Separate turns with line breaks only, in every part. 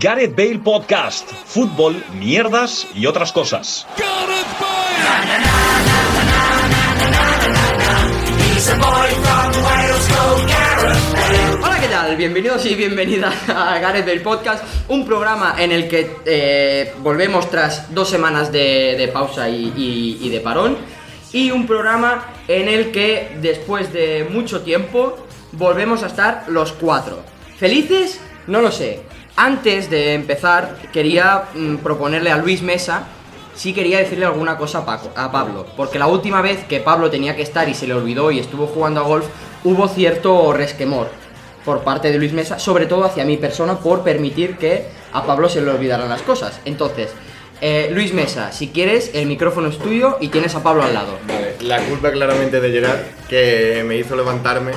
Gareth Bale Podcast, fútbol, mierdas y otras cosas.
Hola, ¿qué tal? Bienvenidos y bienvenidas a Gareth Bale Podcast, un programa en el que eh, volvemos tras dos semanas de, de pausa y, y- y de parón, y un programa en el que después de mucho tiempo volvemos a estar los cuatro. ¿Felices? No lo sé. Antes de empezar, quería mm, proponerle a Luis Mesa Sí quería decirle alguna cosa a, Paco- a Pablo, porque la última vez que Pablo tenía que estar y se le olvidó y estuvo jugando a golf, hubo cierto resquemor por parte de Luis Mesa, sobre todo hacia mi persona, por permitir que a Pablo se le olvidaran las cosas. Entonces, eh, Luis Mesa, si quieres, el micrófono es tuyo y tienes a Pablo al lado.
Vale, La culpa claramente de Gerard, que me hizo levantarme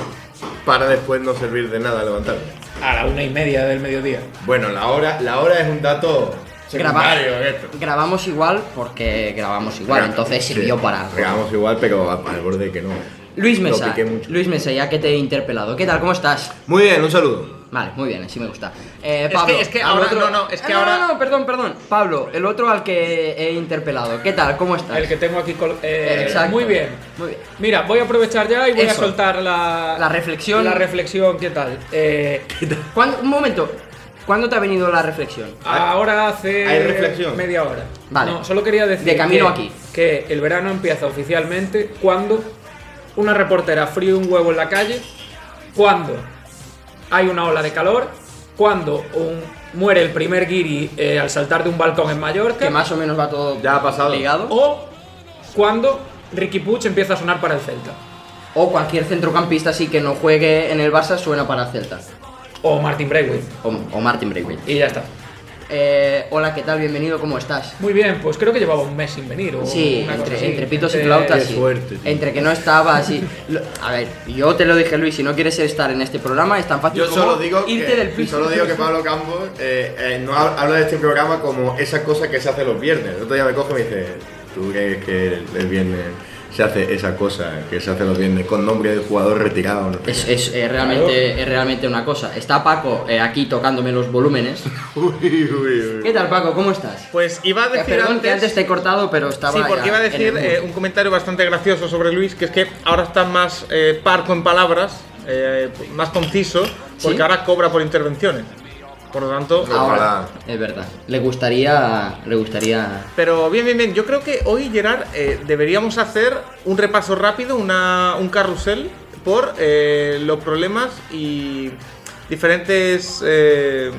para después no servir de nada levantarme.
A la una y media del mediodía.
Bueno, la hora, la hora es un dato secundario en esto.
grabamos igual porque grabamos igual, entonces sirvió
Sí,
para...
Grabamos igual, pero a- al borde que no.
Luis
Lo
Mesa,
piqué mucho.
Luis Mesa, ya que te he interpelado, ¿qué tal? ¿Cómo estás?
Muy bien, un saludo.
Vale, muy bien, así me gusta. Eh,
Es
Pablo,
que- es que
al
ahora- no, no, es que
Ah,
ahora-
No, no, perdón, perdón. Pablo, el otro al que he interpelado. ¿Qué tal? ¿Cómo estás?
El que tengo aquí. col- eh,
Exacto.
Muy bien.
Muy bien.
Mira, voy a aprovechar ya y voy
Eso.
a soltar la,
La reflexión.
La reflexión, ¿qué tal? Eh,
¿Cuándo- un momento. ¿Cuándo te ha venido la reflexión?
ahora hace
¿Hay reflexión?
media hora.
Vale.
No, solo quería decir
De camino
que,
aquí.
que el verano empieza oficialmente cuando una reportera fríe un huevo en la calle, cuando hay una ola de calor, cuando un, muere el primer guiri eh, al saltar de un balcón en Mallorca.
Que más o menos va todo
Ya ha pasado.
ligado. O,
O cuando Ricky Puch empieza a sonar para el Celta.
cualquier centrocampista así que no juegue en el Barça suena para Celta.
O Martin Braithwaite.
O, o Martin Braithwaite.
Y ya está.
Eh, hola, ¿qué tal? Bienvenido, ¿cómo estás?
Muy bien, pues creo que llevaba un mes sin venir. O
Sí,
una cosa
entre,
así.
entre pitos y
Eh,
flautas.
qué
sí.
suerte, tío.
Entre que no estaba así. Lo- A ver, yo te lo dije, Luis, si no quieres estar en este programa, es tan fácil
Yo
como
solo digo,
irte
que,
del piso.
solo digo que Pablo Campos eh, eh, no ha- habla de este programa como esa cosa que se hace los viernes. El otro día me coge y me dice, ¿tú crees que el, el viernes se hace esa cosa que se hace los viernes con nombre de jugador retirado? no sé
Es, es, eh, realmente, es realmente una cosa. Está Paco eh, aquí tocándome los volúmenes.
Uy, uy, uy.
¿Qué tal, Paco? ¿Cómo estás?
Pues iba a
Eh,
decir
perdón, que antes
antes...
te he cortado, pero estaba.
Sí, porque
ya
iba a
en el
decir
mood.
eh, un comentario bastante gracioso sobre Luis, que es que ahora está más eh, parco en palabras, eh, más conciso, porque
¿Sí?
ahora cobra por intervenciones. Por lo tanto...
Ah.
Ahora,
Ojalá.
es verdad. Le gustaría. Le gustaría.
Pero bien, bien, bien. Yo creo que hoy, Gerard, eh, deberíamos hacer un repaso rápido, una, un carrusel por eh, los problemas y diferentes eh,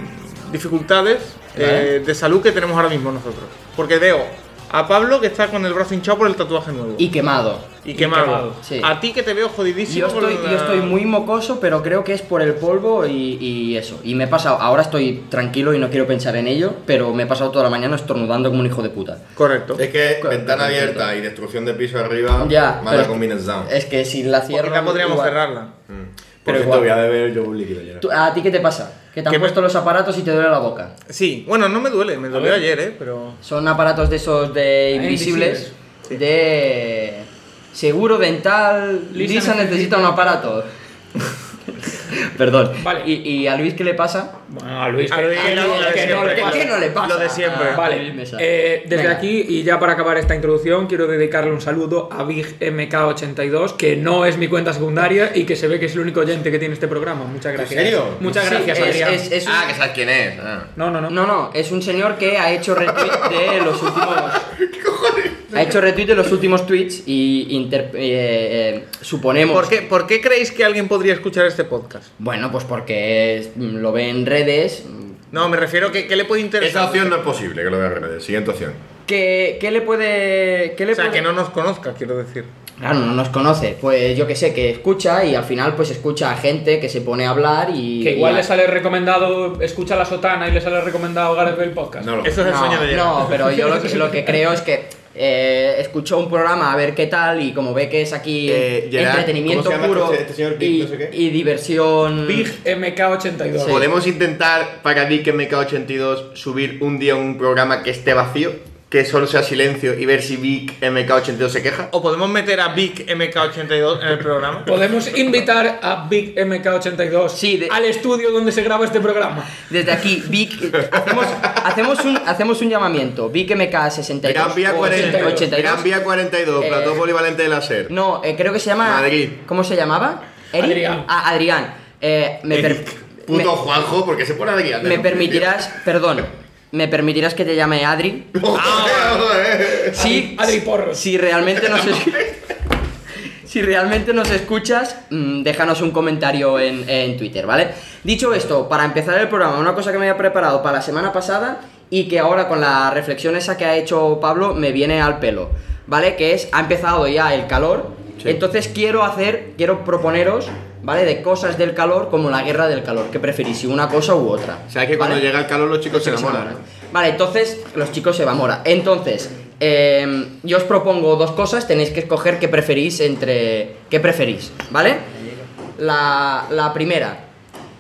dificultades
Vale.
eh, de salud que tenemos ahora mismo nosotros. Porque veo a Pablo que está con el brazo hinchado por el tatuaje nuevo.
Y quemado.
Y quemado.
quemado.
Sí.
A ti que te veo
Yo
jodidísimo. con
estoy,
la-
yo estoy muy mocoso, pero creo que es por el polvo y, y eso. Y me he pasado. Ahora estoy tranquilo y no quiero pensar en ello, pero me he pasado toda la mañana estornudando como un hijo de puta.
Correcto. Pues
Es que
Claro,
ventana
claro,
abierta y destrucción de piso arriba,
Ya. pero
mala
es que-
combinación.
Es que si la cierro.
Quizá Pues podríamos
igual-
cerrarla.
Por
pero
cierto,
igual.
voy a beber yo un líquido ya.
Tú- ¿A ti qué te pasa? Que te han
Que me-
puesto los aparatos y te duele la boca.
Sí, bueno, no me duele, me dolió
ver.
ayer, ¿eh? Pero.
Son aparatos de esos de
Ah,
invisibles,
invisibles,
de seguro dental. Lisa,
Lisa
necesita un aparato. Perdón.
Vale.
¿Y, y a Luis qué le pasa?
Bueno, a Luis,
A Luis,
que-
que
que-
no-
que
que
no
siempre.
le pasa.
¿Qué no le pasa?
Lo de siempre.
Ah,
Vale,
Luis Mesa.
eh, desde
Venga.
aquí y ya para acabar esta introducción quiero dedicarle un saludo a BigMK82, que no es mi cuenta secundaria y que se ve que es el único oyente que tiene este programa. Muchas gracias.
serio?
Muchas
Sí,
gracias,
es-
Adrián.
es- es un-
sabes quién es. ah.
No, no, no.
No, no, es un señor que ha hecho retweet de los últimos. Ha hecho retweet de los últimos tweets y inter- eh, eh, suponemos.
¿Por qué, por qué creéis que alguien podría escuchar este podcast?
Bueno, pues porque es- lo ve en redes.
No, me refiero que ¿qué le puede interesar.
Esa opción no es posible que lo vea Siguiente opción.
¿Qué, qué le puede.? qué le
O sea,
puede-
que no nos conozca, quiero decir.
Claro, no nos conoce. Pues yo que sé, que escucha y al final pues escucha a gente que se pone a hablar y.
Que igual
y-
le sale recomendado, escucha la sotana y le sale recomendado Gareth Bale Podcast.
No lo
Eso es el
No,
sueño de Gerard.
No, pero yo lo que, lo que creo es que eh, escuchó un programa a ver qué tal y como ve que es aquí
Eh, Gerard,
entretenimiento
¿cómo se llama
puro
este- este señor Big
y,
no sé qué?
y diversión.
BigMK82.
Sí.
¿Podemos intentar para DickMK82 subir un día un programa que esté vacío? que solo sea silencio y ver si Vic MK82 se queja?
O podemos meter a Vic MK82 en el programa.
Podemos invitar a Big MK82
Sí, de-
al estudio donde se graba este programa.
Desde aquí, Vic, eh, hacemos, hacemos, un, hacemos un llamamiento. Vic MK62.
Gran Vía
o
42,
82.
Gran Vía 42
Eh,
plató polivalente de láser.
No, eh, creo que se llama.
Madrid.
¿Cómo se llamaba? ¿Eric?
Adrián.
Ah, Adrián. Eh, me per-
Eric,
me-
Puto Juanjo, ¿por qué se pone a guiar?
me permitirás, perdón, me permitirás que te llame Adri. Ah. Sí,
Adri Porros.
Si realmente nos es- Si realmente nos escuchas, mm, déjanos un comentario en, en Twitter, ¿vale? Dicho esto, para empezar el programa, una cosa que me había preparado para la semana pasada y que ahora con la reflexión esa que ha hecho Pablo me viene al pelo, ¿vale? Que es, ha empezado ya el calor, entonces quiero hacer, quiero proponeros, ¿vale? De cosas del calor como la guerra del calor, que preferís, si una cosa u otra.
¿Sabes que cuando
¿vale?
llega el calor los chicos se
que se
enamoran?
enamoran. Vale, entonces los chicos se enamoran. Entonces, eh, yo os propongo dos cosas, tenéis que escoger qué preferís entre. ¿Qué preferís? ¿Vale? La, la primera,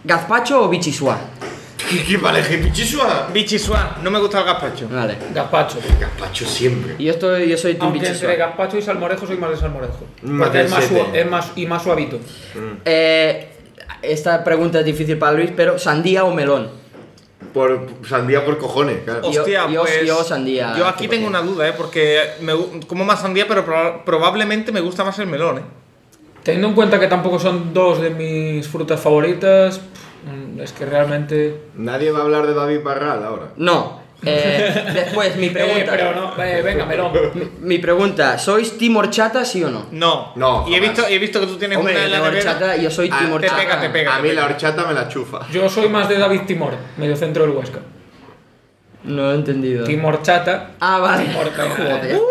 ¿gazpacho o bichisua?
¿Qué, qué vale, qué pichisua?
Bichisua, no me gusta el gazpacho.
Vale.
Gazpacho.
Gazpacho siempre.
Yo, estoy, yo soy tu
Aunque entre
bichisua.
gazpacho y salmorejo soy más de salmorejo.
Más
Porque
del
es más,
sete.
sua- es más y más suavito.
Eh, esta pregunta es difícil para Luis, pero ¿sandía o melón?
Por sandía por cojones, claro.
Yo-
Hostia,
yo-
pues.
yo sandía,
Yo aquí
100%.
tengo una duda, ¿eh? Porque me gu- como más sandía, pero proba- probablemente me gusta más el melón, ¿eh?
Teniendo en cuenta que tampoco son dos de mis frutas favoritas, pff, mm, es que realmente.
Nadie va a hablar de David Barral ahora.
No. Eh, después, mi
Eh,
pregunta.
pero no, eh, venga, melón.
mi, mi pregunta, ¿sois team horchata, sí o no?
No.
No,
Y he
jamás.
visto, he visto que tú tienes
Hombre,
una en la
tengo
nevera.
horchata, yo soy
Ah,
team
te
horchata.
pega, te pega.
A mí la horchata me la chufa.
Yo soy más de David Timor, medio centro del Huesca.
No he entendido.
Timor chata.
Ah, vale.
Mortal.
Joder. Uh.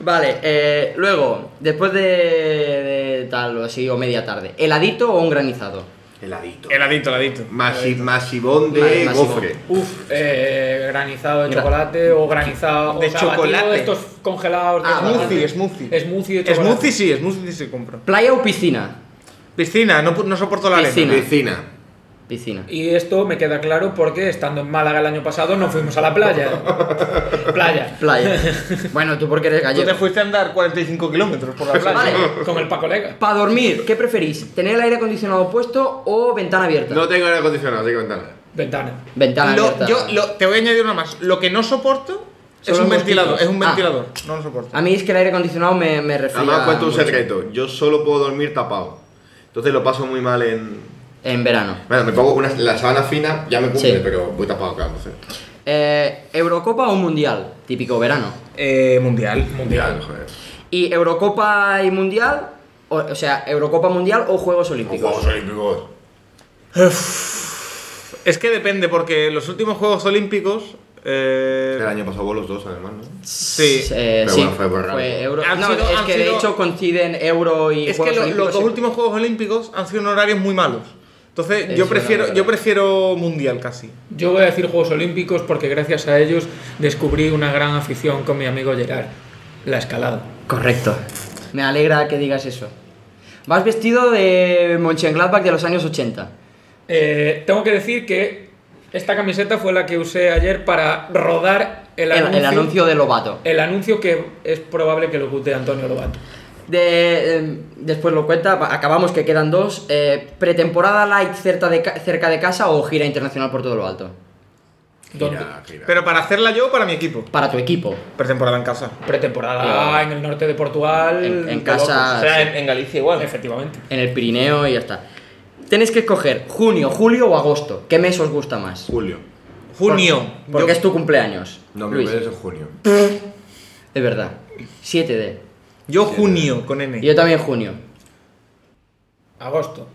Vale, eh, luego, después de, de tal o así, o media tarde, ¿heladito o un granizado?
Heladito.
Heladito, heladito.
Masi- masivón de
Vale, masivón.
gofre.
Uf, eh, granizado de
Gra-
chocolate o granizado
De
o sea, batido
chocolate.
de estos congelados. de
Ah, vale.
chocolate.
Smoothie, smoothie.
Smoothie de chocolate.
Smoothie sí, smoothie sí compro.
¿Playa o piscina?
Piscina, no, pu- no soporto la
Piscina.
arena.
Vecina.
Piscina.
Y esto me queda claro porque estando en Málaga el año pasado no fuimos a la playa. playa.
Playa. bueno, tú porque eres
Tú te
gallego.
fuiste a andar 45 kilómetros por la playa.
Vale.
Con el Paco Lega.
Para dormir, ¿qué preferís? ¿Tener el aire acondicionado puesto o ventana abierta?
No tengo aire acondicionado, así que ventana.
Ventana.
Ventana
Lo-
abierta.
yo lo- te voy a añadir una más. Lo que no soporto
Son
es un
los
ventilador. Es
mosquitos.
un
Ah.
ventilador. No lo soporto.
A mí es que el aire acondicionado me, me refría
Además, cuento un
mucho.
secreto. Yo solo puedo dormir tapado. Entonces lo paso muy mal en.
En verano.
Bueno, me pongo una, la sábana fina, ya me cumple,
Sí.
pero voy tapado, claro. entonces.
Eh, ¿Eurocopa o mundial? Típico verano.
Eh, mundial.
Mundial, joder.
¿Y Eurocopa y mundial? O, o sea, Eurocopa mundial o Juegos
Los
Olímpicos.
Juegos Olímpicos.
Es que depende, porque los últimos Juegos Olímpicos. eh,
El año pasado vos los dos, además, ¿no?
sí.
Eh,
Pero
sí,
bueno, fue por raro.
euro.
Han
No,
sido-
es
han
que de
sido-
hecho coinciden euro y
Es que
Juegos
lo-
Olímpicos
los dos
y-
últimos Juegos Olímpicos han sido en horarios muy malos. Entonces,
Eso
yo
no,
prefiero,
no,
yo
no.
prefiero mundial casi.
Yo voy a decir Juegos Olímpicos porque gracias a ellos descubrí una gran afición con mi amigo Gerard. La escalada.
Correcto. Me alegra que digas eso. Vas vestido de Mönchengladbach de los años 80.
Eh, tengo que decir que esta camiseta fue la que usé ayer para rodar el,
El, el
anuncio,
anuncio de Lobato.
el anuncio que es probable que lo cute Antonio Lobato.
De, eh, después lo cuenta, va- acabamos que quedan dos. Eh, ¿Pretemporada light cerca de, ca- cerca de casa o gira internacional por todo lo alto?
Donde-
Gira, gira.
Pero para hacerla yo o para mi equipo.
Para tu equipo.
Pretemporada en casa.
Pretemporada en el norte de Portugal.
En- en
de
casa,
locos.
sí.
en, Galicia igual.
Efectivamente.
En el Pirineo y ya está. Tenéis que escoger junio, julio o agosto. ¿Qué mes os gusta más?
Julio.
Junio.
Porque
Yo-
es tu cumpleaños.
No, mi
Luis,
cumpleaños es en junio.
de verdad. 7 de.
Yo junio con N.
Y Yo también junio.
Agosto.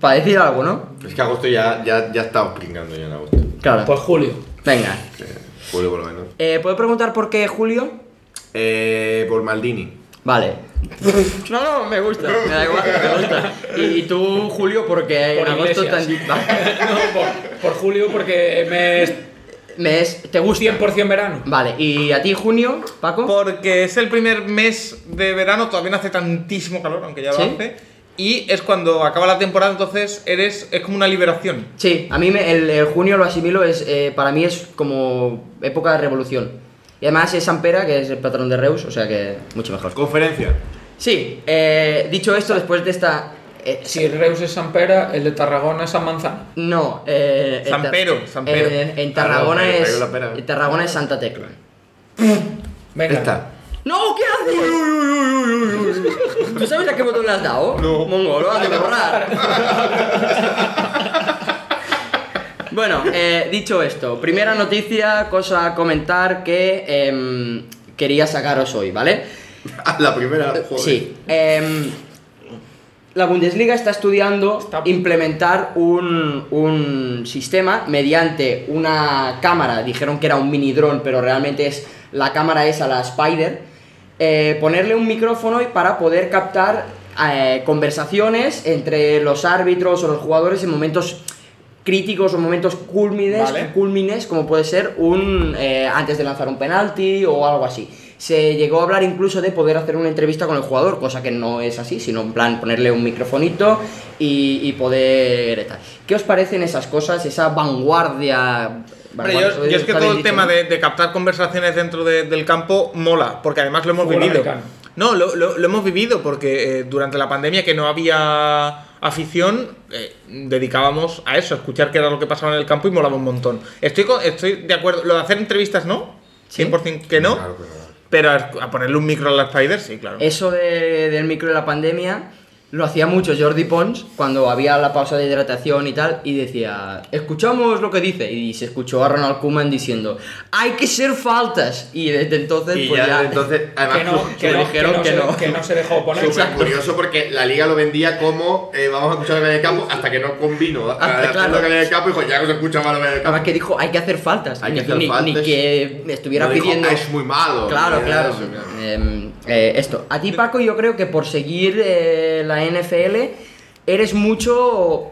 Para decir algo, ¿no?
Es que agosto ya, ya, ya está pringando ya en agosto.
Claro.
Pues julio.
Venga.
Eh, julio por lo menos.
Eh, ¿Puedo preguntar por qué julio?
Eh, por Maldini.
Vale. No, no, me gusta. Me da igual, me gusta. Y, y tú, Julio, porque
Por
en agosto
Iglesias.
tan- Vale.
No, por, por julio porque me es
me es- ¿Te gusta?
100% verano.
Vale. ¿Y a ti, junio, Paco?
Porque es el primer mes de verano, todavía no hace tantísimo calor, aunque ya lo
Sí.
hace. Y es cuando acaba la temporada, entonces eres es como una liberación.
Sí, a mí me- el, el junio lo asimilo, es eh, para mí es como época de revolución. Y además es Ampera, que es el patrón de Reus, o sea que mucho mejor.
Conferencia.
Sí, eh, dicho esto, después de esta... eh,
Si el Reus es Sampera, el de Tarragona es San Manzano.
No, eh, en Tar-
Sampero, Sampero.
En, en Tarragona
Ah, no,
es
traigo la pera.
en Tarragona es Santa Tecla.
Venga.
Esta.
No, ¿qué haces? ¿Tú sabes a qué botón le has dado? No. Mongolo, has de borrar. bueno, eh, dicho esto, primera noticia, cosa a comentar que em, quería sacaros hoy, ¿vale?
Ah, La primera. Joder.
Sí. em, la Bundesliga está estudiando
Está-
implementar un, un sistema mediante una cámara. Dijeron que era un mini dron, pero realmente es la cámara es a la Spider. eh, ponerle un micrófono y para poder captar eh, conversaciones entre los árbitros o los jugadores en momentos críticos o momentos cúlmines,
Vale.
cúlmines como puede ser un eh, antes de lanzar un penalti o algo así. Se llegó a hablar incluso de poder hacer una entrevista con el jugador, cosa que no es así, sino en plan ponerle un microfonito y, y poder... tal. ¿Qué os parecen esas cosas, esa vanguardia?
Hombre,
vanguardia,
yo, yo es que
está
todo
bien
el
dicho,
tema
¿no?
de, de captar conversaciones dentro de- del campo mola, porque además lo hemos
Fútbol
vivido.
americano.
No, lo, lo- lo hemos vivido porque eh, durante la pandemia que no había afición, eh, dedicábamos a eso, a escuchar qué era lo que pasaba en el campo y molaba un montón. Estoy, co- estoy de acuerdo, lo de hacer entrevistas no,
Sí.
100% que no,
Claro que no.
pero a, a ponerle un micro a la Spider sí, claro.
Eso de- del micro de la pandemia lo hacía mucho Jordi Pons cuando había la pausa de hidratación y tal, y decía, escuchamos lo que dice. Y se escuchó a Ronald Koeman diciendo, hay que ser faltas. Y desde entonces,
Y
pues
ya,
ya.
desde entonces, además,
Que no,
su-
que no,
le dijeron
que no,
que
se,
no.
que no se dejó poner.
Súper curioso porque la liga lo vendía como eh, vamos a escuchar la media del campo hasta que no convino.
Hasta,
Hasta,
Ah, claro.
la media del campo dijo, ya no se escucha más la media del campo.
Además que dijo, hay que hacer faltas.
Hay que
ni,
hacer
ni-
faltas.
ni que me estuviera
No dijo,
pidiendo.
"Ah, es muy malo.
Claro,
Eh,
Mira,
claro.
eso, mira.
Em, eh, esto. A ti, Paco, yo creo que por seguir eh, la NFL eres mucho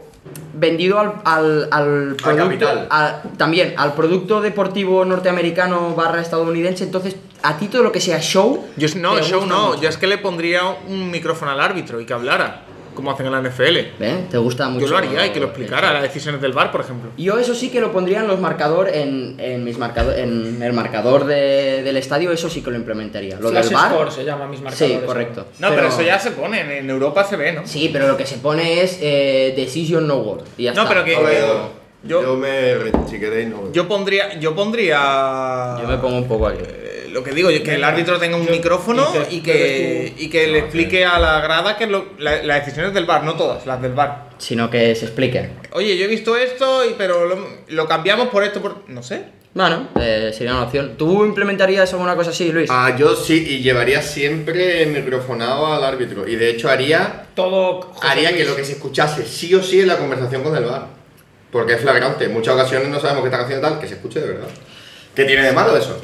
vendido al, al, al producto.
capital.
al- también, al producto deportivo norteamericano barra estadounidense. Entonces, a ti todo lo que sea show.
Yo es- no,
te
show
gusta
no,
mucho.
yo es que le pondría un micrófono al árbitro y que hablara, como hacen en la NFL.
¿Eh? Te gusta mucho.
Yo lo haría y que lo
el
explicara, las decisiones del bar, por ejemplo.
Yo eso sí que lo pondría en los marcador en, en mis marcado- en el marcador de- del estadio, eso sí que lo implementaría. Lo
Flash
del bar.
Score se llama mis marcadores.
sí, correcto.
No, pero, eso ya se pone, en, en Europa se ve, ¿no?
Sí, pero lo que se pone es eh, decision no word. y ya
No,
está.
pero que-
No veo.
Yo-
Yo, me rechiqueré y no veo.
Yo pondría, yo pondría
Yo me pongo un poco aquí.
eh, lo que digo, yo- que el árbitro tenga un micrófono
y que-
y que, y que le explique a la grada que lo- la- las decisiones del bar, no todas, las del bar.
Sino que se explique.
Oye, yo he visto esto, y, pero lo, lo cambiamos por esto, por... no sé.
Bueno, eh, sería una opción. ¿Tú implementarías alguna cosa así, Luis?
Ah, yo sí, y llevaría siempre microfonado al árbitro. Y de hecho haría,
Todo. José
haría
Luis.
que lo que se escuchase sí o sí en la conversación con el bar. Porque es flagrante. En muchas ocasiones no sabemos qué está haciendo tal, que se escuche de verdad. ¿Qué tiene de malo eso?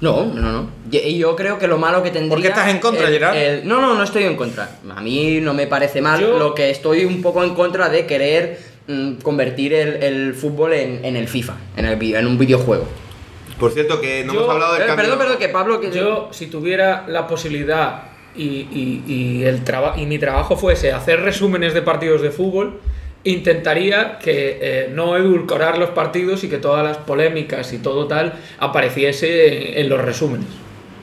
No, no, no. Y y yo, creo que lo malo que tendría.
¿Por qué estás en contra,
el-
Gerard?
el- no, no, no estoy en contra. A mí no me parece mal.
Yo-
Lo que estoy un poco en contra de querer mm, convertir el, el fútbol en, en el FIFA, en, el, vi- en un videojuego.
Por cierto, que no
Yo-
hemos hablado del
Eh,
cambio.
perdón, perdón, que Pablo. Que
Yo, si tuviera la posibilidad y, y- y el traba- y mi trabajo fuese hacer resúmenes de partidos de fútbol, intentaría que eh, no edulcorar los partidos y que todas las polémicas y todo tal apareciese en, en los resúmenes.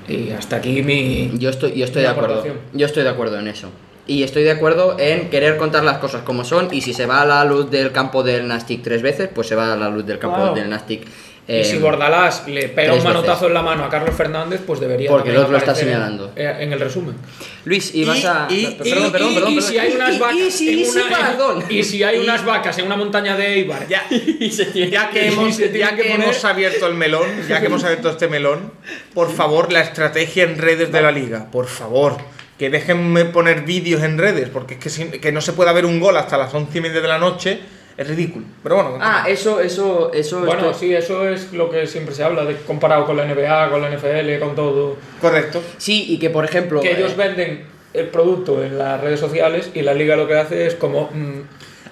Y hasta aquí mi...
Yo estoy, yo estoy de
Una
acuerdo.
aportación.
Yo estoy de acuerdo en eso. Y estoy de acuerdo en querer contar las cosas como son. Y si se va a la luz del campo del Nastic tres veces, pues se va a la luz del campo
Claro.
del Nastic.
y si
em,
Bordalás le pega
tres
un manotazo
veces.
en la mano a Carlos Fernández, pues debería...
Porque el
también
otro lo está
aparecer en-
señalando.
eh, En el resumen.
Luis, y vas a.
y-
perdón,
y-
y-
perdón, perdón, perdón,
y
perdón.
si hay unas
Y-
vacas
y si-
en
y si,
una- en-
perdón.
y si hay unas vacas en una montaña de Eibar
Ya,
ya
ya que, hemos,
se tiene
ya que
que poner-
hemos abierto el melón, ya que hemos abierto este melón, por favor, la estrategia en redes de la liga, por favor. Que déjenme poner vídeos en redes, porque es que, si- que no se pueda ver un gol hasta las once y media de la noche es ridículo. Pero bueno,
Ah, eso, eso, eso.
Bueno,
estoy-
sí, eso es lo que siempre se habla, de, comparado con la NBA, con la NFL, con todo.
correcto.
Sí, y que por ejemplo.
Que ellos
eh,
venden el producto en las redes sociales y la liga lo que hace es como... mm,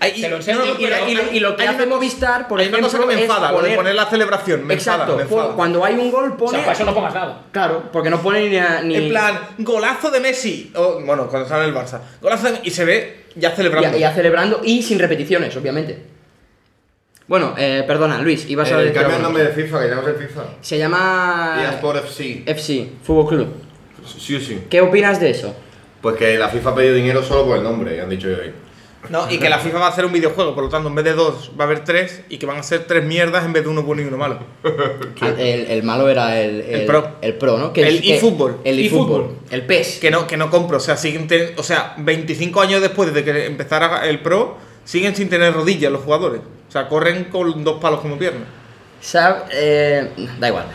Ay, y-
Te lo enseño,
no, no,
y,
pero
y lo- y lo que
hay
hace
una cosa-
Movistar, por
hay una
ejemplo,
cosa que me
es
enfada, lo de
poner-
poner la celebración, me
Exacto,
enfada, me
pon-
enfada.
cuando hay un gol
o sea, pues,
pone.
para eso no pongas nada.
Claro, porque no pone ni. a- ni...
En plan, golazo de Messi. o, bueno, cuando sale el Barça. Golazo de- y se ve ya celebrando.
Y, y celebrando y sin repeticiones, obviamente. Bueno, eh, perdona, Luis, ibas a
Eh,
decir.
cambia el
algo.
nombre de FIFA, que tenemos el FIFA.
Se llama.
eSport FC.
FC, Fútbol Club.
Sí, sí.
¿Qué opinas de eso?
Pues que la FIFA ha pedido dinero solo por el nombre, y han dicho yo ahí.
No, y que la FIFA va a hacer un videojuego, por lo tanto, en vez de dos, va a haber tres y que van a ser tres mierdas en vez de uno bueno y uno malo.
Ah, El, el malo era el,
El Pro.
El Pro, ¿no? Que
El
que-
eFootball.
El
eFootball.
eFootball. El PES.
Que no, que no compro, o sea, siguen ten- o sea, 25 años después de que empezara el Pro, siguen sin tener rodillas los jugadores. O sea, corren con dos palos como piernas.
Sab- eh, da igual.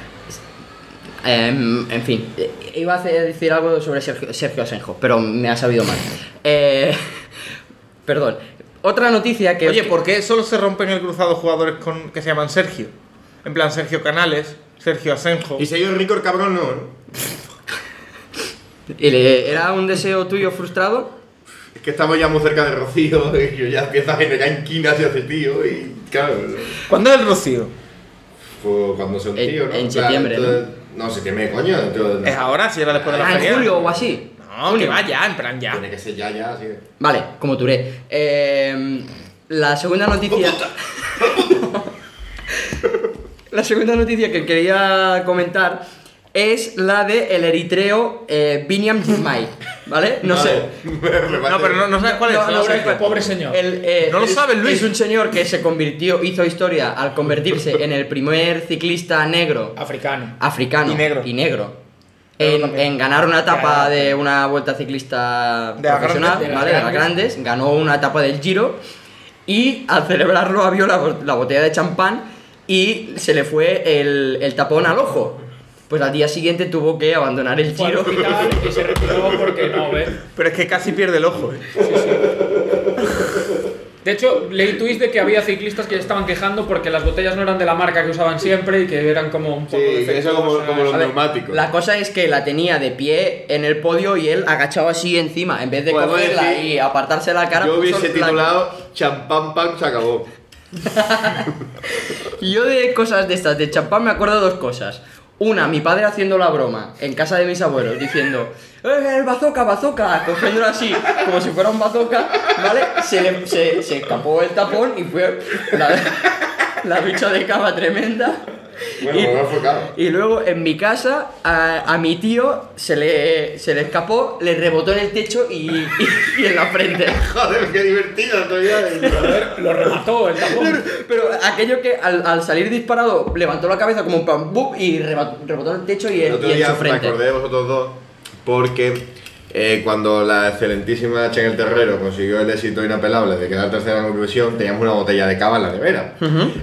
Em, en fin, eh, iba a hacer- decir algo sobre Sergio, Sergio Asenjo, pero me ha sabido mal. Eh, perdón. Otra noticia Eh, que...
Oye, ¿por qué solo se rompen el cruzado jugadores con, que se llaman Sergio? En plan, Sergio Canales, Sergio Asenjo.
Y si hay un rico el cabrón, no, ¿no?
¿Y le- ¿Era un deseo tuyo frustrado?
Es que estamos ya muy cerca de Rocío, y yo ya empiezo a generar inquinas hacia ese tío, y claro.
¿Cuándo es el Rocío?
Fue cuando se un
En-
tío, ¿no?
en
O sea,
septiembre, ¿no?
entonces- No, septiembre, coño. entonces-
Es ahora, si era después de la
Ah,
feria.
en julio o así.
No, que
Junio.
vaya, en plan ya.
Tiene que ser ya, ya, así.
Vale, como Touré. Eh, la segunda noticia. la segunda noticia que quería comentar es la de el eritreo eh, Biniam Jumai. ¿Vale? No sé.
No, pero no, no sabes cuál es.
No, no,
Sergio.
Sergio.
pobre señor.
El, eh,
No lo
es-
sabe, Luis.
Es un señor que se convirtió, hizo historia al convertirse en el primer ciclista negro
Africano.
africano
Y negro.
negro.
Pero
En,
también.
en ganar una etapa
Claro.
de una vuelta ciclista
De las
profesional,
grandes, de las
¿vale? De las
grandes.
grandes, ganó una etapa del Giro y al celebrarlo abrió la, bo- la botella de champán y se le fue el, el tapón al ojo. Pues al día siguiente tuvo que abandonar el
Fue al
Giro.
hospital y se retiró porque no, ¿eh? ¿ves?
Pero es que casi pierde el ojo. eh.
De hecho, leí tweets de que había ciclistas que estaban quejando porque las botellas no eran de la marca que usaban siempre y que eran como un poco
Sí, que eso como- como los
A ver,
neumáticos.
La cosa es que la tenía de pie en el podio y él agachado así encima, en vez de
Podemos
cogerla
decir,
y apartarse la cara.
Yo
puso
hubiese
la-
titulado Champán Pan se acabó.
Y Yo de cosas de estas, de champán, me acuerdo de dos cosas. Una, mi padre haciendo la broma en casa de mis abuelos, diciendo, "Eh, el bazooka, bazooka, cogiéndolo así, como si fuera un bazooka, ¿vale? Se le se, se escapó el tapón y fue la, la bicha de cama tremenda.
Bueno,
Y-
me lo he enfocado.
Y luego en mi casa a, a mi tío se le, se le escapó, le rebotó en el techo y, y, y en la frente.
Joder, qué divertido todavía.
Lo remató el tapón.
Pero aquello que al, al salir disparado levantó la cabeza como un pan ¡bup! y reba- rebotó en el techo y, en-
El otro
y en su
día me
frente.
acordé de vosotros dos porque eh, cuando la excelentísima Chen el Terrero consiguió el éxito inapelable de quedar tercera en la conclusión, teníamos una botella de cava en la nevera.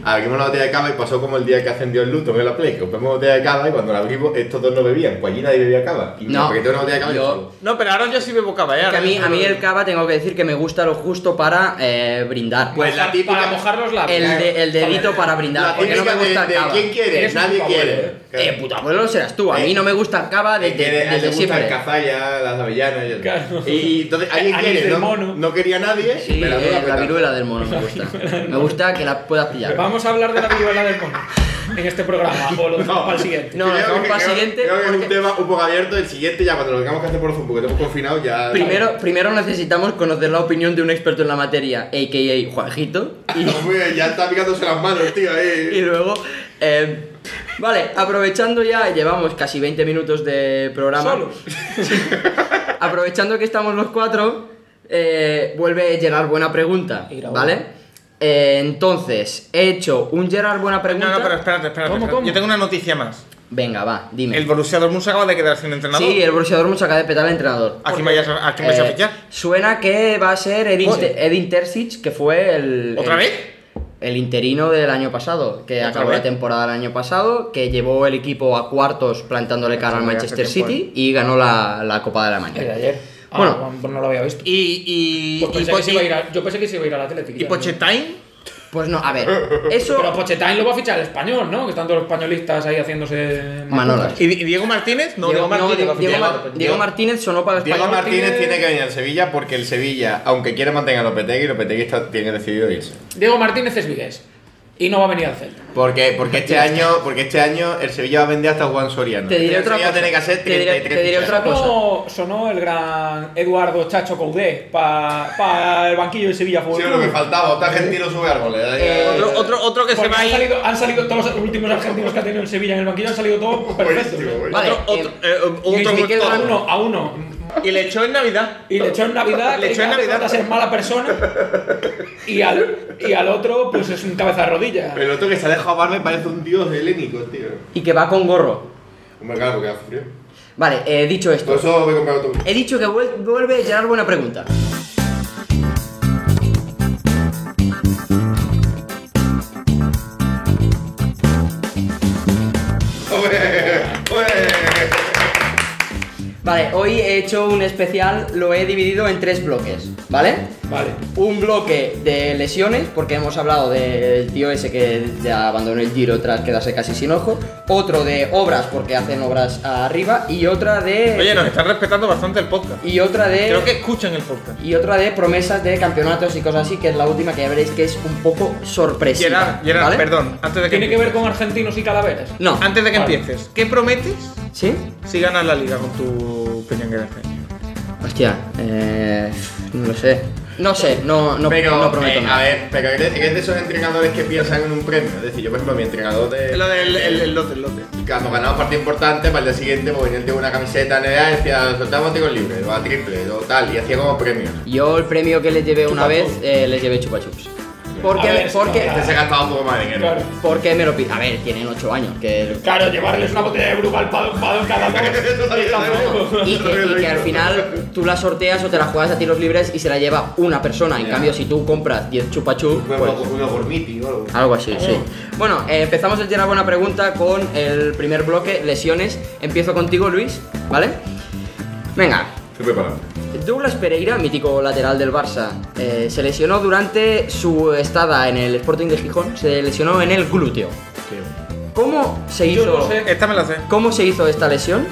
Abrimos la botella de cava y pasó como el día que ascendió el Luton en la Play. Compramos botella de cava y cuando la abrimos, estos dos no bebían, pues allí nadie bebía cava. Y
No,
me pegué una botella de cava y
yo-
solo.
No, pero ahora yo sí bebo cava, ¿eh?
Que a mí, a mí el
cava.
cava tengo que decir que me gusta lo justo para eh, brindar.
Pues la típica-
Para mojar los labios.
el, de- el dedito para brindar,
La
porque no me
típica de-
gusta el
de
cava.
¿Quién quiere?
Eres un
Nadie
puto abuelo,
quiere.
Eh, puta abuelo serás tú, a mí
Eh,
no me gusta el cava
Hay
desde,
que- a él le
desde
gusta el
siempre.
cazalla, las avellanas y el...
Claro.
Y entonces alguien
Anís
quiere,
del
¿no?
mono.
No quería nadie.
Sí,
me la voy a
eh, la
petar.
viruela del mono me gusta. Me gusta que la puedas pillar.
Vamos a hablar de la viruela del mono en este programa o lo dejamos para el siguiente.
No,
Creo
vamos
que-
para el
creo-
siguiente,
Creo que es
porque-
un tema un poco abierto. El siguiente ya cuando lo tengamos que hacer por Zoom, porque estamos confinados ya.
Primero, primero necesitamos conocer la opinión de un experto en la materia, a.k.a. Juanjito.
Hombre, ya está picándose las manos, tío.
Y
Ahí.
luego, eh, vale, aprovechando ya, llevamos casi 20 minutos de programa.
Solo.
aprovechando que estamos los cuatro, eh, vuelve Gerard Buena Pregunta,
Y grabó.
¿vale? Eh, entonces, he hecho un Gerard Buena Pregunta.
No, no, pero espérate, espérate.
¿Cómo,
espérate.
cómo?
Yo tengo una noticia más.
Venga, va, dime.
El Borussia Dortmund se acaba de quedar sin entrenador.
sí, el boxeador mucho acaba de petar al entrenador.
¿A quién vais a, a quién vais a
Eh,
fichar?
suena que va a ser Edin,
Joder.
Edin Terzic, que fue el.
¿Otra
eh,
el-
vez?
El interino del año pasado, que
¿Otra
acabó
vez?
la temporada del año pasado, que llevó el equipo a cuartos plantándole cara al
Hace
Manchester
tiempo, ¿eh?
City y ganó la, la Copa de
El de
Alemania.
ayer. Ah,
Bueno.
no lo había visto.
Y, y,
Pues
y,
pensé
Po-
que se iba a
y-
ir a- yo pensé que se iba a ir al Atlético.
y Pochettino.
Pues no, a ver, eso.
Pero Pochettino lo va a fichar el español, ¿no? Que están todos los españolistas ahí haciéndose.
Manolas.
¿Y, y Diego Martínez? No, Diego,
Diego, no,
Martínez.
Diego-
va a fichar.
Diego Mar-
Diego-
Diego Martínez sonó para el
Diego
español.
Martínez
Martínez-
tiene que venir al Sevilla porque el Sevilla, aunque quiera mantener a Lopetegui, Lopetegui está, tiene decidido irse.
Diego Martínez es Vigués. y no va a venir al Celta.
Porque, porque este año, porque este año el Sevilla va a vender hasta Juan Soriano.
Te diré
el
otra
Sevilla
cosa.
tiene que hacer
Te diré-
33
te diré otra
fichajes.
cosa.
Sonó, sonó el gran Eduardo Chacho Coudé para el banquillo de Sevilla Fútbol
Sí,
Club.
lo que faltaba, otra argentino sube árboles.
Eh,
Otro, otro, otro que se
Porque
va a
han
ir.
salido, han salido todos los últimos argentinos que ha tenido el Sevilla en el banquillo, han salido todos perfectos.
Buenísimo, buenísimo.
Vale,
Otro, otro,
eh,
eh, otro
Luis
con
Miquel
todo.
A uno, a uno.
Y le echó en Navidad.
Y le echó en Navidad,
Le
que
echó en
hace
Navidad.
falta ser mala persona. Y al, y al otro, pues es un cabeza de rodilla.
El otro que se ha dejado barba y parece un dios helénico, tío.
Y que va con gorro.
Hombre, claro, porque hace frío.
Vale, eh, dicho esto.
Por eso voy a comprar otro.
He dicho que vuel- vuelve Gerard Buena Pregunta.
¡Hombre! ¡Hombre!
Vale, hoy he hecho un especial, lo he dividido en tres bloques, ¿vale?
Vale.
Un bloque de lesiones, porque hemos hablado del tío ese que ya abandonó el giro tras quedarse casi sin ojo. Otro de obras, porque hacen obras arriba. Y otra de.
Oye, nos están respetando bastante el podcast.
Y otra de.
Creo que escuchan el podcast.
Y otra de promesas de campeonatos y cosas así, que es la última que ya veréis que es un poco sorpresiva.
Gerard, Gerard,
¿vale?
perdón, antes de que,
Tiene que ver con argentinos y calaveras.
No.
antes de que
Vale.
empieces, ¿qué prometes
¿Sí?
si ganas la liga con tu peñanguera este año?
Hostia, eh. No lo sé. No sé, no, no,
pero,
no prometo
eh,
nada.
a ver, pero eres, eres de esos entrenadores que piensan en un premio. Es decir, yo, por ejemplo, mi entrenador de.
Lo del el, el lote, el lote.
Cuando ganaba un partido importante, para el día siguiente, pues venía el tío con una camiseta NBA y decía, soltamos tiros libres, o a triple, o tal, y hacía como premios.
Yo el premio que les llevé una vez, eh, les llevé chupa chups. Porque,
A ver, sí,
porque,
no,
Este se ha gastado un poco más de dinero.
Claro.
porque me lo pide. A ver, tienen 8 años. Que...
Claro, llevarles una botella de Brugal para cada
Eso
uno.
también
Y tampoco.
lo
Y que, y que al final tú la sorteas o te la juegas a tiros libres y se la lleva una persona. En
Ya.
cambio, si tú compras 10 chupa chups,
Una
pues,
una gormiti o algo.
algo así, sí. Bueno, eh, empezamos el tirar buena pregunta con el primer bloque, lesiones. Empiezo contigo, Luis, ¿vale? Venga,
Estoy preparado.
Douglas Pereira, mítico lateral del Barça, eh, se lesionó durante su estada en el Sporting de Gijón, se lesionó en el glúteo. ¿Cómo se
Yo
hizo,
no sé.
Esta me la sé.
¿cómo se hizo esta lesión?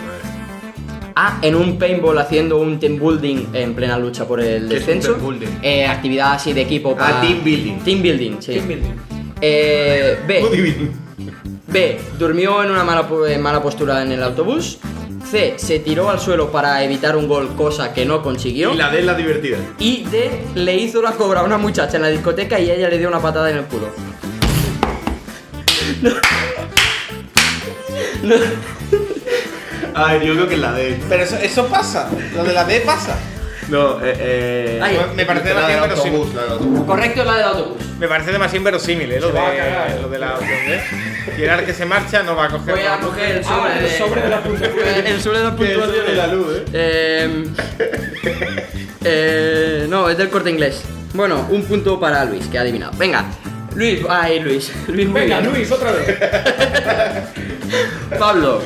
A, en un paintball haciendo un team building en plena lucha por el
¿Qué es un
descenso.
team building?
Eh, actividad así de equipo
Ah,
para...
team building.
Team building, sí.
Team building.
Eh, B,
divino.
B. Durmió en una mala, po- en mala postura en el autobús. C. Se tiró al suelo para evitar un gol, cosa que no consiguió.
Y la D es la divertida.
Y D. Le hizo una cobra a una muchacha en la discoteca y ella le dio una patada en el culo. No. No.
Ay, yo creo que es la D.
Pero eso, eso pasa, lo de la D pasa.
No, eh. eh
Ay,
me parece
la del
demasiado
autobús,
verosímil.
la del autobús.
Correcto la del autobús.
Me parece demasiado inverosímil, eh, lo,
Se va a
de,
cagar.
lo de la opción D. Gerard que se marcha no va a coger.
Voy a coger el
Ah,
sobre
el
de- Eh,
sobre de la puntuación.
El sobre de la
Que el sobre de la luz, ¿eh?
Eh, eh, no, es del corte inglés. Bueno, un punto para Luis, que ha adivinado. Venga, Luis, ay, Luis. Luis muy
Venga,
bien.
Luis, otra vez.
Pablo.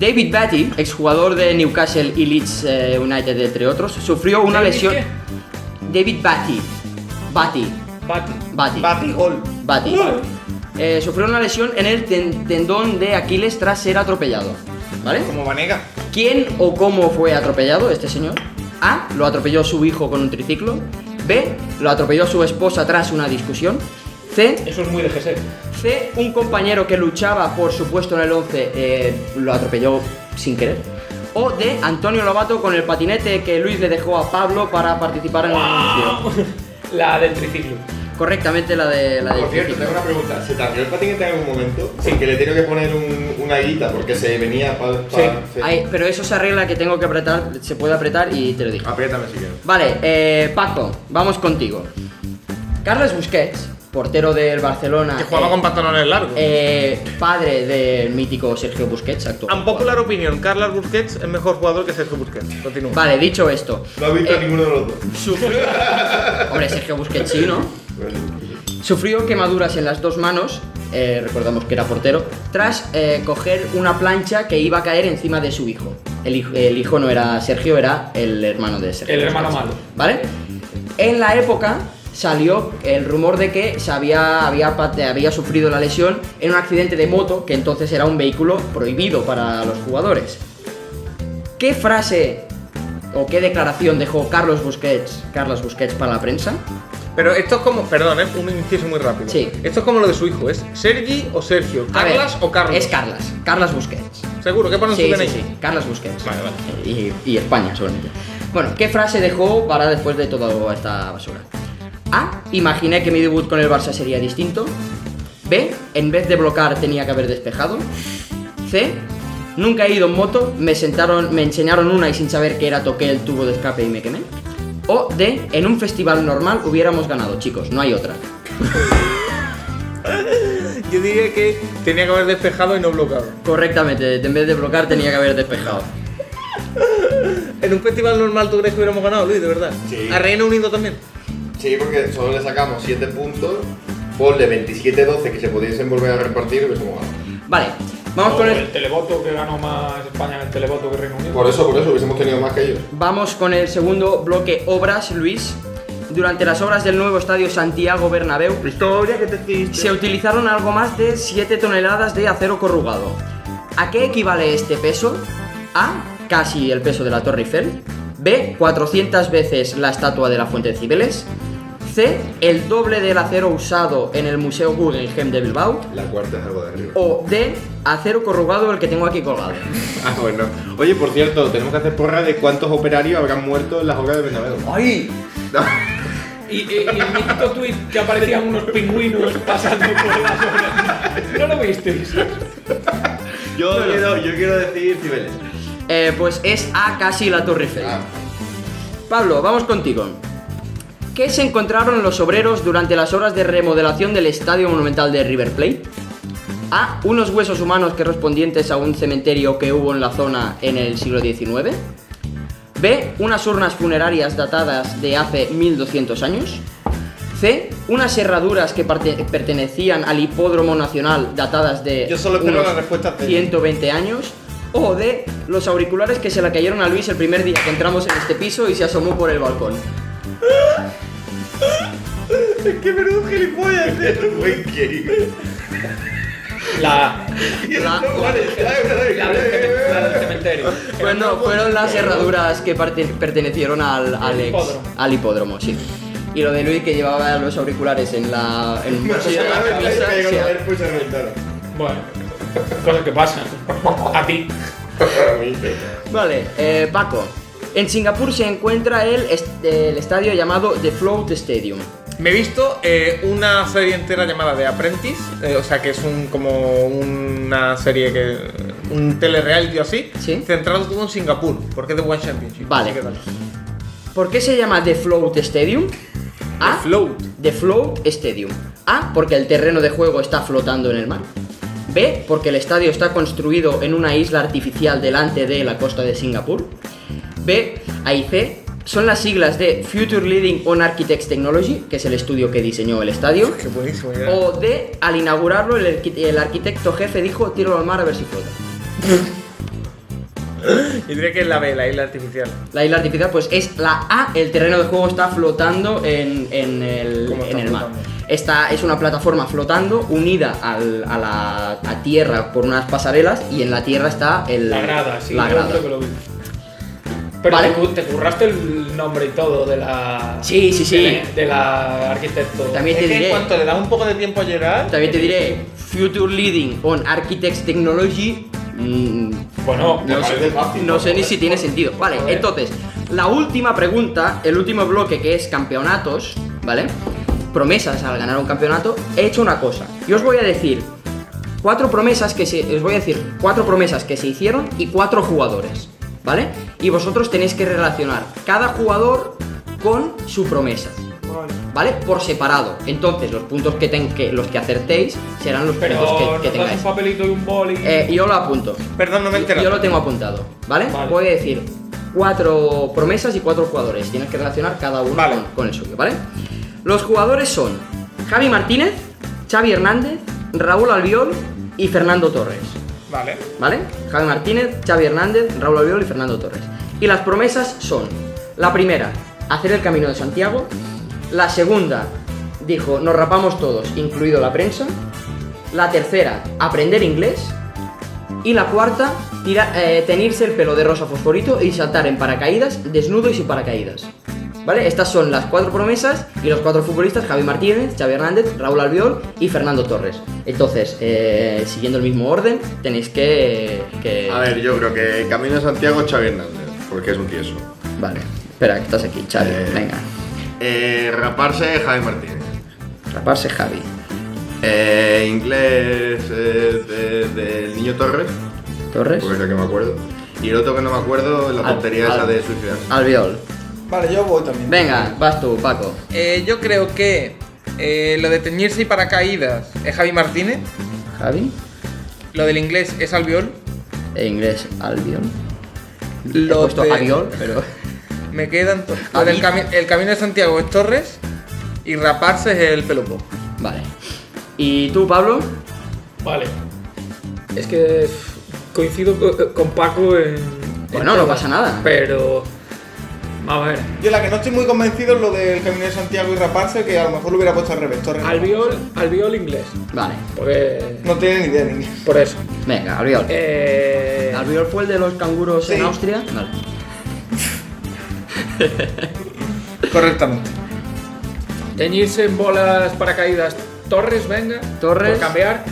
David Batty, exjugador de Newcastle y Leeds eh, United, entre otros, sufrió una
¿David
lesión.
qué?
David Batty. Batty.
Pati.
Batty.
Bati gol.
Batty. Eh, sufrió una lesión en el ten- tendón de Aquiles tras ser atropellado. ¿Vale?
Como Vanega.
¿Quién o cómo fue atropellado este señor? A. Lo atropelló su hijo con un triciclo. B. Lo atropelló su esposa tras una discusión. C.
Eso es muy de E. GC.
C. Un compañero que luchaba por su puesto en el 11 eh, lo atropelló sin querer. O D. Antonio Lobato con el patinete que Luis le dejó a Pablo para participar en el anuncio.
La del triciclo.
Correctamente la de la de
Por cierto,
triciclo.
tengo una pregunta. ¿Se te abrió el patinete en algún momento? Sí. Que le tengo que poner un, una guita porque se venía para.
Sí.
Ay, pero eso se arregla que tengo que apretar, se puede apretar y te lo digo.
Apriétame si quieres.
Vale, eh, Paco, vamos contigo. Carles Busquets, portero del Barcelona.
Que jugaba
eh,
con pantalones largos.
eh, padre del mítico Sergio Busquets, actual.
Un popular opinión, Carlos Busquets es mejor jugador que Sergio Busquets. Continúa.
Vale, dicho esto.
No has visto
eh,
a ninguno de los dos.
Sufrió. Hombre, Sergio Busquets sí, ¿no? Sufrió quemaduras en las dos manos, eh, recordamos que era portero, tras eh, coger una plancha que iba a caer encima de su hijo. El, hijo. el hijo no era Sergio, era el hermano de Sergio.
El hermano malo.
¿Vale? En la época salió el rumor de que se había, había, pat- había sufrido la lesión en un accidente de moto, que entonces era un vehículo prohibido para los jugadores. ¿Qué frase o qué declaración dejó Carlos Busquets, Carlos Busquets para la prensa?
Pero esto es como, perdón, ¿eh? un inciso muy rápido.
Sí.
Esto es como lo de su hijo, ¿es Sergi o Sergio?
A ver,
¿Carlas o Carlos?
Es Carlas, Carlas Busquets.
Seguro, ¿qué ponen
Sí,
su
sí,
DNI?
sí, Carlas Busquets.
Vale, vale.
Y, y España, seguramente. Bueno, ¿qué frase dejó para después de toda esta basura? A. Imaginé que mi debut con el Barça sería distinto. B. En vez de bloquear tenía que haber despejado. C. Nunca he ido en moto, me, sentaron, me enseñaron una y sin saber que era toqué el tubo de escape y me quemé. O D. En un festival normal hubiéramos ganado, chicos, no hay otra.
Yo diría que tenía que haber despejado y no bloqueado.
Correctamente, en vez de bloquear tenía que haber despejado.
En un festival normal, ¿tú crees que hubiéramos ganado, Luis? De verdad.
Sí.
A Reino Unido también.
Sí, porque solo le sacamos 7 puntos. Ponle 27-12 que se pudiesen volver a repartir y hubiésemos ganado.
Vale, vamos
Por
con
el
el,
televoto que ganó más España en el televoto que Reino Unido.
Por eso, por eso hubiésemos tenido más que ellos.
vamos con el segundo bloque obras, Luis. Durante las obras del nuevo estadio Santiago Bernabéu
Historia que te
se utilizaron algo más de 7 toneladas de acero corrugado. ¿A qué equivale este peso? A. Casi el peso de la Torre Eiffel. B. 400 veces la estatua de la Fuente de Cibeles. C. El doble del acero usado en el Museo Guggenheim de Bilbao.
La cuarta es algo de arriba.
O D. Acero corrugado el que tengo aquí colgado.
Ah, bueno. Oye, por cierto, tenemos que hacer porra de cuántos operarios habrán muerto en las obras de Bernabéu.
¡Ay!
Y, y- y el mítico tweet que aparecían unos pingüinos pasando por las obras. ¿No lo visteis?
Yo, quiero, yo quiero decir Cibeles.
Eh, pues es A casi la Torre Eiffel.
Ah.
Pablo, vamos contigo. ¿Qué se encontraron los obreros durante las obras de remodelación del Estadio Monumental de River Plate? A. Unos huesos humanos correspondientes a un cementerio que hubo en la zona en el siglo XIX. B. Unas urnas funerarias datadas de hace 1200 años. C. Unas herraduras que parte- pertenecían al Hipódromo Nacional datadas de
Yo solo espero
unos
la respuesta C.
120 años. O D. Los auriculares que se le cayeron a Luis el primer día que entramos en este piso y se asomó por el balcón.
La,
La-
la del cemen- la del cementerio.
Pues no, fueron las herraduras que parte- pertenecieron al, al ex-
hipódromo.
al hipódromo, sí. Y lo de Luis que llevaba los auriculares en la en un bolsillo de la camisa, sí.
Bueno, cosas que pasan. A ti.
Vale, eh, Paco. En Singapur se encuentra el, est- el estadio llamado The Float Stadium.
Me he visto eh, una serie entera llamada The Apprentice, eh, o sea que es un como una serie que un telereality o así,
Sí.
centrado todo en Singapur, porque es The One Championship.
Vale.
así que tal.
¿Por qué se llama The Float Stadium? ¿Ah? A.
The Float.
The Float Stadium. A. Porque el terreno de juego está flotando en el mar. B. Porque el estadio está construido en una isla artificial delante de la costa de Singapur. B. A y C. Son las siglas de Future Leading on Architects Technology, que es el estudio que diseñó el estadio.
Qué buenísimo. ya.
O D. Al inaugurarlo, el, arqui- el arquitecto jefe dijo: tíralo al mar a ver si flota.
Yo diría que es la B, la isla artificial.
La isla artificial, pues es la A, el terreno de juego está flotando en, en el,
¿Cómo está
en el mar.
flotando?
Esta es una plataforma flotando unida al- a la a tierra por unas pasarelas y en la tierra está el,
La grada, sí.
la
yo
grada.
creo que lo vi. Pero
Vale.
te cu- te curraste el nombre y todo de la.
Sí, sí, sí.
De, de la arquitecto.
También te
Es que en
diré,
cuanto le das un poco de tiempo a llegar,
también te diré, Future Leading on Architects Technology, mm,
Bueno,
No sé,
no sé ni si tiene sentido. Vale,
Joder.
entonces, la última pregunta, el último bloque que es campeonatos, ¿vale? Promesas al ganar un campeonato, he hecho una cosa. Yo os voy a decir cuatro promesas que se os voy a decir cuatro promesas que se hicieron y cuatro jugadores, ¿vale? Y vosotros tenéis que relacionar cada jugador con su promesa. ¿Vale? Por separado. Entonces, los puntos que, ten- que- los que acertéis serán los
pero
puntos pues que-
nos
que,
das
tengáis.
un papelito y un boli.
Eh, yo lo apunto.
Perdón, no me he
Yo-
enterado.
Yo lo tengo apuntado, ¿vale?
Vale.
Voy a decir cuatro promesas y cuatro jugadores. Tienes que relacionar cada uno
Vale.
con, con el suyo, ¿vale? Los jugadores son Javi Martínez, Xavi Hernández, Raúl Albiol y Fernando Torres,
Vale.
¿vale? Javi Martínez, Xavi Hernández, Raúl Albiol y Fernando Torres. Y las promesas son, la primera, hacer el Camino de Santiago, la segunda, dijo, nos rapamos todos, incluido la prensa, la tercera, aprender inglés. Y la cuarta, tira- eh, teñirse el pelo de rosa fosforito y saltar en paracaídas, desnudo y sin paracaídas. ¿Vale? Estas son las cuatro promesas y los cuatro futbolistas, Javi Martínez, Xavi Hernández, Raúl Albiol y Fernando Torres. Entonces, eh, siguiendo el mismo orden, tenéis que... que-
A ver, yo creo que Camino de Santiago Xavi Hernández, porque es un tieso.
Vale, espera, que estás aquí, Xavi,
Eh.
venga.
Eh, raparse Javi Martínez.
Raparse Javi.
Eh, inglés eh, de- del niño Torres,
Torres.
porque es el que me acuerdo. Y el otro que no me acuerdo es la
Al-
tontería
al-
esa de suicidarse.
Albiol.
Vale, yo voy también.
Venga, vas tú, Paco.
Eh, yo creo que eh, lo de teñirse y paracaídas es Javi Martínez,
Javi.
lo del inglés es Albiol,
En e inglés, Albiol. He
lo
puesto
de-
Albiol, pero...
me quedan to- lo
A
del
mí-
cami- el camino de Santiago es Torres y raparse es el pelopo.
Vale. ¿Y tú, Pablo?
Vale. Es que pff, coincido co- con Paco en.
Bueno,
en
no
todas,
pasa nada.
Pero. A ver.
Yo la que no estoy muy convencido es lo del camino de Santiago y raparse, que a lo mejor lo hubiera puesto al revés. Torres.
Albiol, albiol inglés.
Vale,
Porque.
No tiene ni idea de inglés.
Por eso.
venga, Albiol.
Eh,
¿Albiol fue el de los canguros
Sí.
en Austria? Vale.
Correctamente.
Teñirse en bolas paracaídas. Torres, venga. Por
Torres.
cambiar.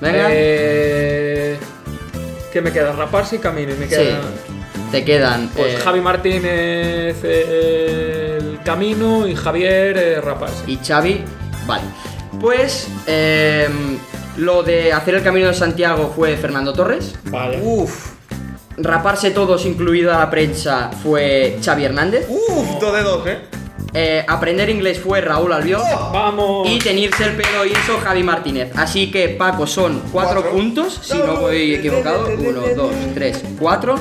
Venga.
Eh, ¿Qué me queda? Raparse y camino. y me
Sí.
queda.
Te quedan.
Pues
eh,
Javi Martínez, eh, el camino y Javier eh, Raparse.
y Xavi, vale. Pues em, lo de hacer el camino de Santiago fue Fernando Torres.
Vale.
Uf,
Raparse todos, incluida la prensa, fue Xavi Hernández.
uf, dos de dos, eh.
Eh, aprender inglés fue Raúl Albiol.
¡Oh! Vamos.
Y teñirse el pelo hizo Javi Martínez. Así que Paco son cuatro,
Cuatro.
puntos, si no voy equivocado. Uno, dos, tres, cuatro.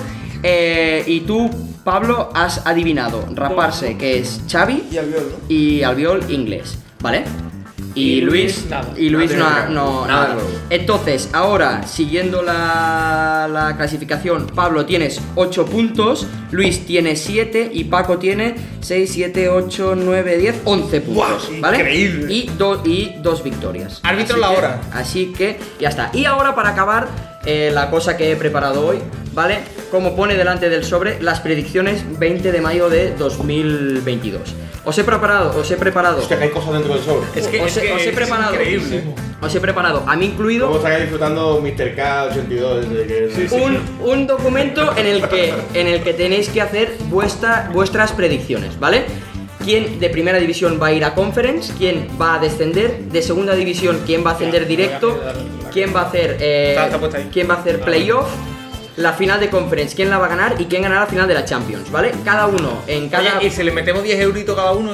Eh, y tú, Pablo, has adivinado raparse, que es Xavi,
Y Albiol, ¿no?
y albiol inglés, ¿vale? Y,
Y Luis,
Luis,
nada.
y Luis no, ha-
Nada,
no-
nada
nada.
nuevo.
Entonces, ahora, siguiendo la, la clasificación, Pablo tienes 8 puntos, Luis tiene 7 y Paco tiene 6, 7, 8, 9, 10, 11 puntos, ¿vale?
increíble.
Y, do- y dos victorias.
Árbitro
Así
la
que-
hora.
Así que ya está. Y ahora para acabar, eh, la cosa que he preparado hoy, ¿vale? Como pone delante del sobre, las predicciones 20 de mayo de 2022. Os he preparado, os he preparado.
Hostia, que hay cosas dentro del sobre.
Es que, os, he- os he preparado. Os he preparado, a mí
¿Cómo
incluido,
estaría disfrutando Mr. K82? desde que-
un, un documento en el que, en el que tenéis que hacer vuestra- vuestras predicciones, ¿vale? ¿Quién de primera división va a ir a conference? ¿Quién va a descender? ¿De segunda división quién va a ascender directo? ¿Quién va a hacer, eh,
Está- está puesta ahí.
quién va a hacer playoff? La final de conference, ¿quién la va a ganar? Y quién ganará la final de la Champions, ¿vale? Cada uno en cada...
Oye, y si le metemos 10 euritos cada uno,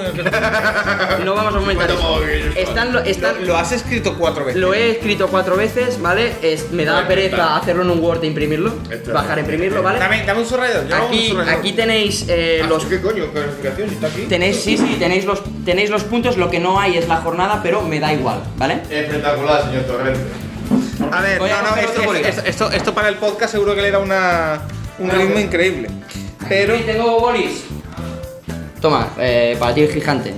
No vamos a comentar eso.
móvil.
Están, lo-
lo,
están,
lo has escrito cuatro veces.
Lo he escrito cuatro veces, ¿vale? Es- me
Ah,
da pereza hacerlo en un Word e imprimirlo,
Está
bajar e imprimirlo, ¿vale?
Dame, dame un subrayador. yo hago un
Aquí,
subrayador.
aquí tenéis eh,
Ah,
los
¿Qué coño? ¿Clasificación? Si ¿Está aquí?
tenéis sí sí tenéis los tenéis los puntos. Lo que no hay es la jornada, pero me da igual, ¿vale?
Espectacular, señor Torrente.
A este. ver,
Voy a
no, no,
coger
esto,
otro bolígrafo.
esto- esto- esto para el podcast seguro que le da una, un
Claro.
ritmo increíble. Pero
Aquí tengo bolis. Toma, eh, para ti el gigante.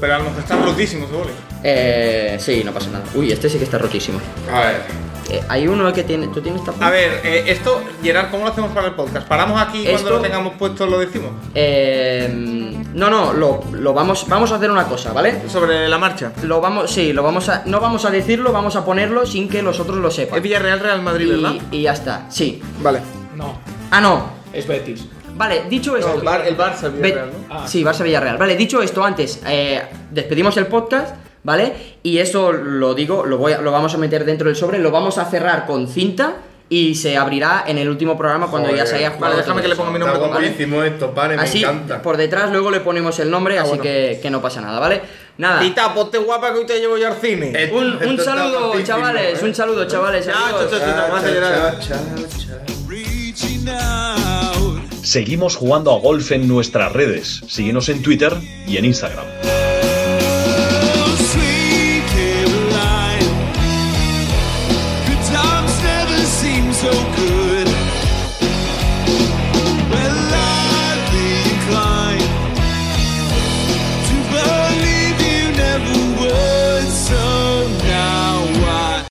Pero a lo mejor están rotísimos, ¿vale?
Eh, sí, no pasa nada. Uy, este sí que está rotísimo.
A ver.
Eh, hay uno que tiene, tú tienes esta.
A ver, eh, esto, Gerard, ¿cómo lo hacemos para el podcast? ¿Paramos aquí y cuando
Esto-
lo tengamos puesto lo decimos?
Eh, no no, lo, lo vamos vamos a hacer una cosa, ¿vale?
Sobre la marcha.
Lo vamos, sí, lo vamos a, no vamos a decirlo, vamos a ponerlo sin que los otros lo
Es
sepan.
Villarreal Real Madrid, ¿verdad?
Y, y ya está, sí.
Vale.
No,
Ah, no.
es Betis.
Vale, dicho esto.
el, Bar- el Barça, el
Ve-
Villarreal, ¿no?
Ah.
Sí, Barça Villarreal. Vale, dicho esto antes, eh, despedimos el podcast, ¿vale? Y eso lo digo, lo, voy a- lo vamos a meter dentro del sobre, lo vamos a cerrar con cinta y se abrirá en el último programa cuando
Joder.
ya se haya
Vale,
jugado.
déjame
todo
que le
eso.
ponga mi nombre.
Está
¿vale?
guapísimo esto, pane, me
Así,
encanta.
por detrás luego le ponemos el nombre, así
Ah, bueno.
que, que no pasa nada, ¿vale? Nada.
Tita, ponte guapa que hoy te llevo yo al cine.
Eh,
Un, un
Esto está
saludo,
guapísimo,
chavales,
¿eh?
un saludo, chavales.
Ya,
amigos.
chao, chao, chao.
Chao,
vas a
chao,
llorar.
chao, chao.
reaching out.
Seguimos jugando a golf en nuestras redes. Síguenos en Twitter y en Instagram.
Oh, sweet Caroline. Good times never seem so good.